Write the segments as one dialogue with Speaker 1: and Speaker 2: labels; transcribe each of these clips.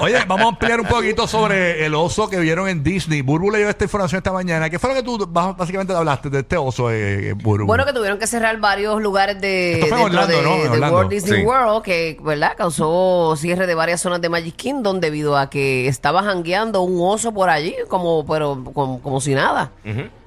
Speaker 1: Oye, vamos a ampliar un poquito sobre el oso que vieron en Disney. Burbu leyó esta información esta mañana. ¿Qué fue lo que tú bas- básicamente hablaste de este oso, eh, Burbu?
Speaker 2: Bueno, que tuvieron que cerrar varios lugares de,
Speaker 1: Esto fue en
Speaker 2: dentro
Speaker 1: Orlando,
Speaker 2: de-
Speaker 1: ¿no? En
Speaker 2: de
Speaker 1: Orlando.
Speaker 2: Walt Disney
Speaker 3: Sí.
Speaker 2: World, que ¿verdad? causó cierre de varias zonas de Magic Kingdom debido a que estaba jangueando un oso por allí, como pero como, como si nada.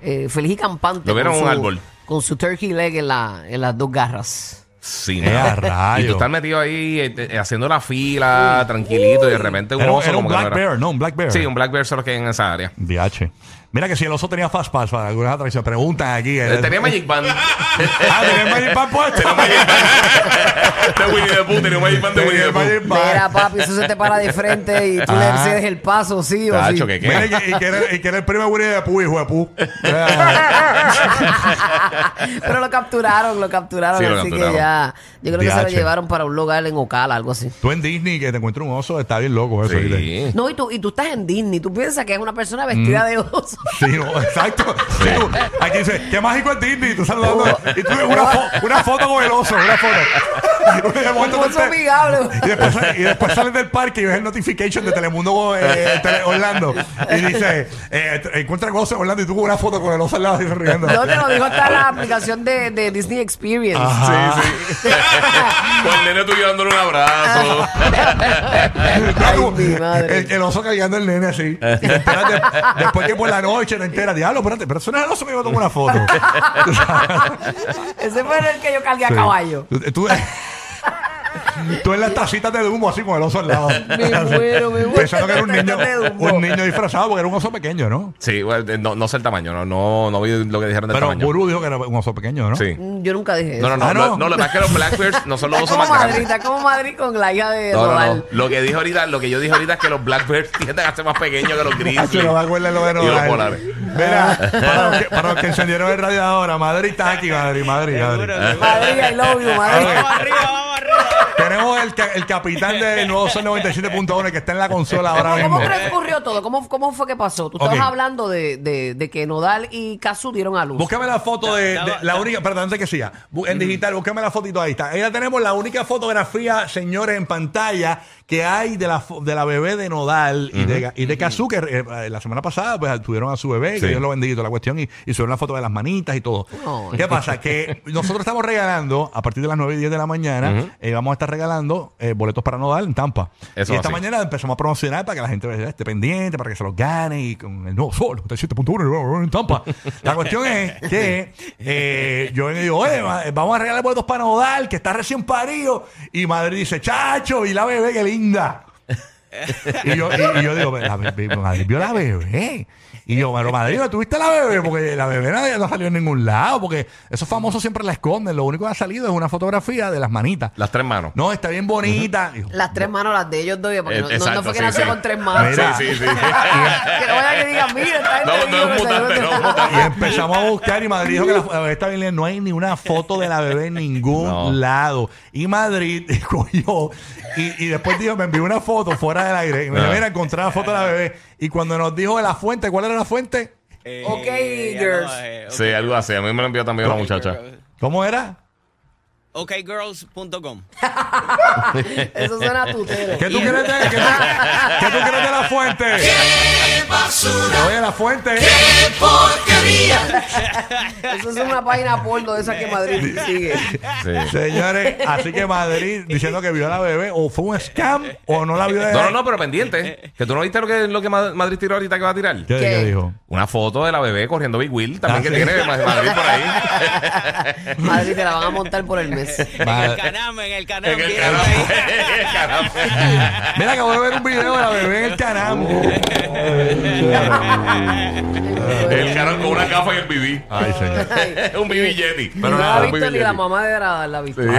Speaker 2: Eh, feliz y campante.
Speaker 3: Lo
Speaker 2: con
Speaker 3: vieron en un
Speaker 2: su-
Speaker 3: árbol.
Speaker 2: Con su turkey leg en, la, en las dos garras.
Speaker 3: Sí,
Speaker 1: Eh, a
Speaker 3: nada. Y
Speaker 1: rayo.
Speaker 3: tú estás metido ahí eh, eh, haciendo la fila, tranquilito, y de repente un
Speaker 1: Era, un-
Speaker 3: oso
Speaker 1: era un
Speaker 3: como que
Speaker 1: Black
Speaker 3: no era-
Speaker 1: Bear, ¿no? Un Black Bear.
Speaker 3: Sí, un Black Bear solo que en esa área.
Speaker 1: DH. Mira que si el oso tenía Fast Pass para algunas atracciones, preguntan aquí.
Speaker 3: Eh, Tenía Magic Band.
Speaker 1: Ah, tenía el Magic Pass puesto.
Speaker 3: de Winnie the Pooh, tenía un Magic Band de Winnie
Speaker 1: Tenía
Speaker 3: the
Speaker 1: el
Speaker 3: Pooh.
Speaker 1: Magic
Speaker 2: Mira,
Speaker 1: Pass.
Speaker 2: papi, eso se te para de frente y tú
Speaker 1: Ah.
Speaker 2: le cedes el paso, sí o sí.
Speaker 3: Tacho, que
Speaker 1: Mira,
Speaker 3: qué.
Speaker 1: y que- y que era- y que era el primo de Winnie the Pooh, hijo de Pooh.
Speaker 2: Pero lo capturaron, lo capturaron,
Speaker 3: Sí, lo
Speaker 2: así
Speaker 3: capturaron.
Speaker 2: que ya. Yo creo que se lo
Speaker 1: Diache.
Speaker 2: llevaron para un lugar en Ocala, algo así.
Speaker 1: Tú en Disney que te encuentras un oso, está bien loco eso. ¿viste?
Speaker 3: Sí.
Speaker 2: No, y tú, y tú estás en Disney, tú piensas que es una persona
Speaker 3: Mm.
Speaker 2: vestida de oso.
Speaker 1: Sí, no, exacto. Sí, tú- aquí dice, qué mágico es Disney. Y tú saludando. Y tú una, fo- una foto con el oso, una foto. Y de momento
Speaker 2: Un
Speaker 1: tú
Speaker 2: oso
Speaker 1: te-
Speaker 2: amigable.
Speaker 1: Y después, sale- y después sales del parque y ves el notification de Telemundo eh, Tele- Orlando. Y dice, eh, t- encuentra el oso en Orlando y tú con una foto con el oso al lado y riendo.
Speaker 2: No, te lo dijo está la aplicación de, de Disney Experience.
Speaker 1: Ajá.
Speaker 3: Sí, sí. Con el nene tuyo dándole un abrazo.
Speaker 2: Ay,
Speaker 1: Tú,
Speaker 2: mi madre.
Speaker 1: El, el oso cargando el nene así. Y te enteras de- después que por la noche no entera, diablo, espérate, pero eso no es el oso que yo tomo una foto.
Speaker 2: Ese fue el que yo cargué a
Speaker 1: Sí.
Speaker 2: caballo.
Speaker 1: Tú, tú- eh, tú en las tacitas de Dumbo así con el oso al lado.
Speaker 2: Me muero, me muero.
Speaker 1: Pensando que era un niño,
Speaker 2: Tacitas de Dumbo.
Speaker 1: un niño disfrazado porque era un oso pequeño, ¿no?
Speaker 3: Sí, bueno, eh, no, no sé el tamaño, no, no, no vi lo que dijeron del
Speaker 1: Pero
Speaker 3: tamaño.
Speaker 1: Burú dijo que era un oso pequeño, ¿no?
Speaker 3: Sí.
Speaker 2: Mm, Yo nunca dije eso.
Speaker 3: No, no, no.
Speaker 1: Ah, no.
Speaker 3: Lo, no, lo que pasa es que los Black Bears no son los
Speaker 2: Está
Speaker 3: osos
Speaker 2: como
Speaker 3: más
Speaker 2: Madrid,
Speaker 3: grandes.
Speaker 2: está como Madrid con la hija de
Speaker 3: No, no,
Speaker 2: Rodal.
Speaker 3: no. Lo que dijo ahorita, lo que yo dije ahorita es que los Black Bears tienden a ser más pequeños que los
Speaker 1: Ah, chulo, me
Speaker 3: Grizzlies.
Speaker 1: acuerdo de lo de
Speaker 3: Y los
Speaker 1: Nodal.
Speaker 3: polares.
Speaker 1: Mira, para los, que, para los que encendieron el radiador, a Madrid está aquí, Madrid, Madrid, Madrid.
Speaker 4: Seguro, seguro.
Speaker 2: Madrid, I love you, Madrid.
Speaker 4: Vamos arriba, vamos arriba.
Speaker 1: Tenemos el, ca- el capitán del nuevo Sol 97.1 que está en la consola ahora mismo.
Speaker 2: ¿Cómo transcurrió todo? ¿Cómo, ¿Cómo fue que pasó? Tú estabas
Speaker 1: Ok.
Speaker 2: hablando de, de, de que Nodal y Casu dieron a luz.
Speaker 1: Búscame la foto de, de- la única, perdón, antes que siga. Bu- En digital, búscame la fotito ahí está. Ahí la tenemos la única fotografía, señores, en pantalla que hay de la fo- de la bebé de Nodal y de y de Kazu, que eh, la semana pasada pues tuvieron a su bebé, que
Speaker 3: Sí.
Speaker 1: Dios lo bendito la cuestión y, y subieron la foto de las manitas y todo.
Speaker 2: No.
Speaker 1: ¿Qué pasa? Que nosotros estamos regalando a partir de las 9 y 10 de la mañana eh, vamos a estar regalando eh, boletos para Nodal en Tampa.
Speaker 3: Eso
Speaker 1: y esta
Speaker 3: así.
Speaker 1: mañana empezamos a promocionar para que la gente ¿verdad? esté pendiente, para que se los gane y con el nuevo sol, 7.1 en Tampa. La cuestión es que eh, yo vengo y digo, oye, ma- vamos a regalar boletos para Nodal, que está recién parido. Y Madrid dice, chacho, y la bebé, qué linda. Y yo, y, y yo digo, la bebé, Madrid vio la bebé. Y yo, pero Madrid, ¿tuviste la bebé? Porque la bebé no, no salió en ningún lado, porque esos famosos siempre la esconden. Lo único que ha salido es una fotografía de las manitas.
Speaker 3: Las tres manos.
Speaker 1: No, está bien bonita. Digo,
Speaker 2: Las tres manos, las de ellos dos, porque
Speaker 3: Eh,
Speaker 2: no, no- no
Speaker 3: exacto,
Speaker 2: fue que
Speaker 3: sí,
Speaker 2: nació
Speaker 3: sí.
Speaker 2: con tres manos.
Speaker 1: Mira.
Speaker 3: Sí, sí, sí.
Speaker 2: que no vaya que digan, mira, está
Speaker 3: No, no es mutante, no es mutante.
Speaker 1: Y empezamos a buscar y Madrid dijo que la, la bebé está bien, lejos. no hay ni una foto de la bebé en ningún
Speaker 3: No.
Speaker 1: lado. Y Madrid cogió y, y después dijo, me envió una foto fuera del aire. Y me dijo,
Speaker 3: Ah.
Speaker 1: mira, encontré la foto de la bebé. Y cuando nos dijo de la fuente, ¿cuál era la fuente?
Speaker 4: Eh,
Speaker 2: Ok,
Speaker 4: ya
Speaker 2: girls.
Speaker 4: no, eh, ok,
Speaker 3: Sí, algo así. A mí me lo envió también una muchacha.
Speaker 4: girls.
Speaker 1: ¿Cómo era?
Speaker 4: Okgirls.com.
Speaker 2: Eso suena a tutero.
Speaker 1: ¿Qué tú crees de, qué tú- qué tú crees de la fuente? Oye, la fuente.
Speaker 2: Eso es una página porno de esa que Madrid sigue.
Speaker 3: Sí.
Speaker 1: Señores, así que Madrid diciendo que vio a la bebé o fue un scam o no la vio de
Speaker 3: No, no, no, pero pendiente. Que tú no viste lo que, lo que Ma- Madrid tiró ahorita que va a tirar.
Speaker 1: ¿Qué, qué
Speaker 2: ¿Qué?
Speaker 1: dijo?
Speaker 3: Una foto de la bebé corriendo Big Wheel también
Speaker 1: Ah,
Speaker 3: que
Speaker 1: sí.
Speaker 3: tiene Ma- Madrid por ahí.
Speaker 2: Madrid te la van a montar por el mes.
Speaker 4: En
Speaker 1: Ma-
Speaker 4: el caname, en el
Speaker 3: En
Speaker 4: caname.
Speaker 3: el
Speaker 4: mira, ahí.
Speaker 3: canal.
Speaker 1: Mira, acabo de ver un video de la bebé en el canal.
Speaker 3: El canal con una gafa y el BB.
Speaker 1: Ay, señor.
Speaker 2: Ay,
Speaker 3: Un BB Yeti.
Speaker 2: no
Speaker 3: Pero
Speaker 2: la
Speaker 3: nada,
Speaker 2: ha
Speaker 3: un
Speaker 2: visto
Speaker 3: BB
Speaker 2: ni la
Speaker 3: Yeti.
Speaker 2: mamá de la, la ha visto.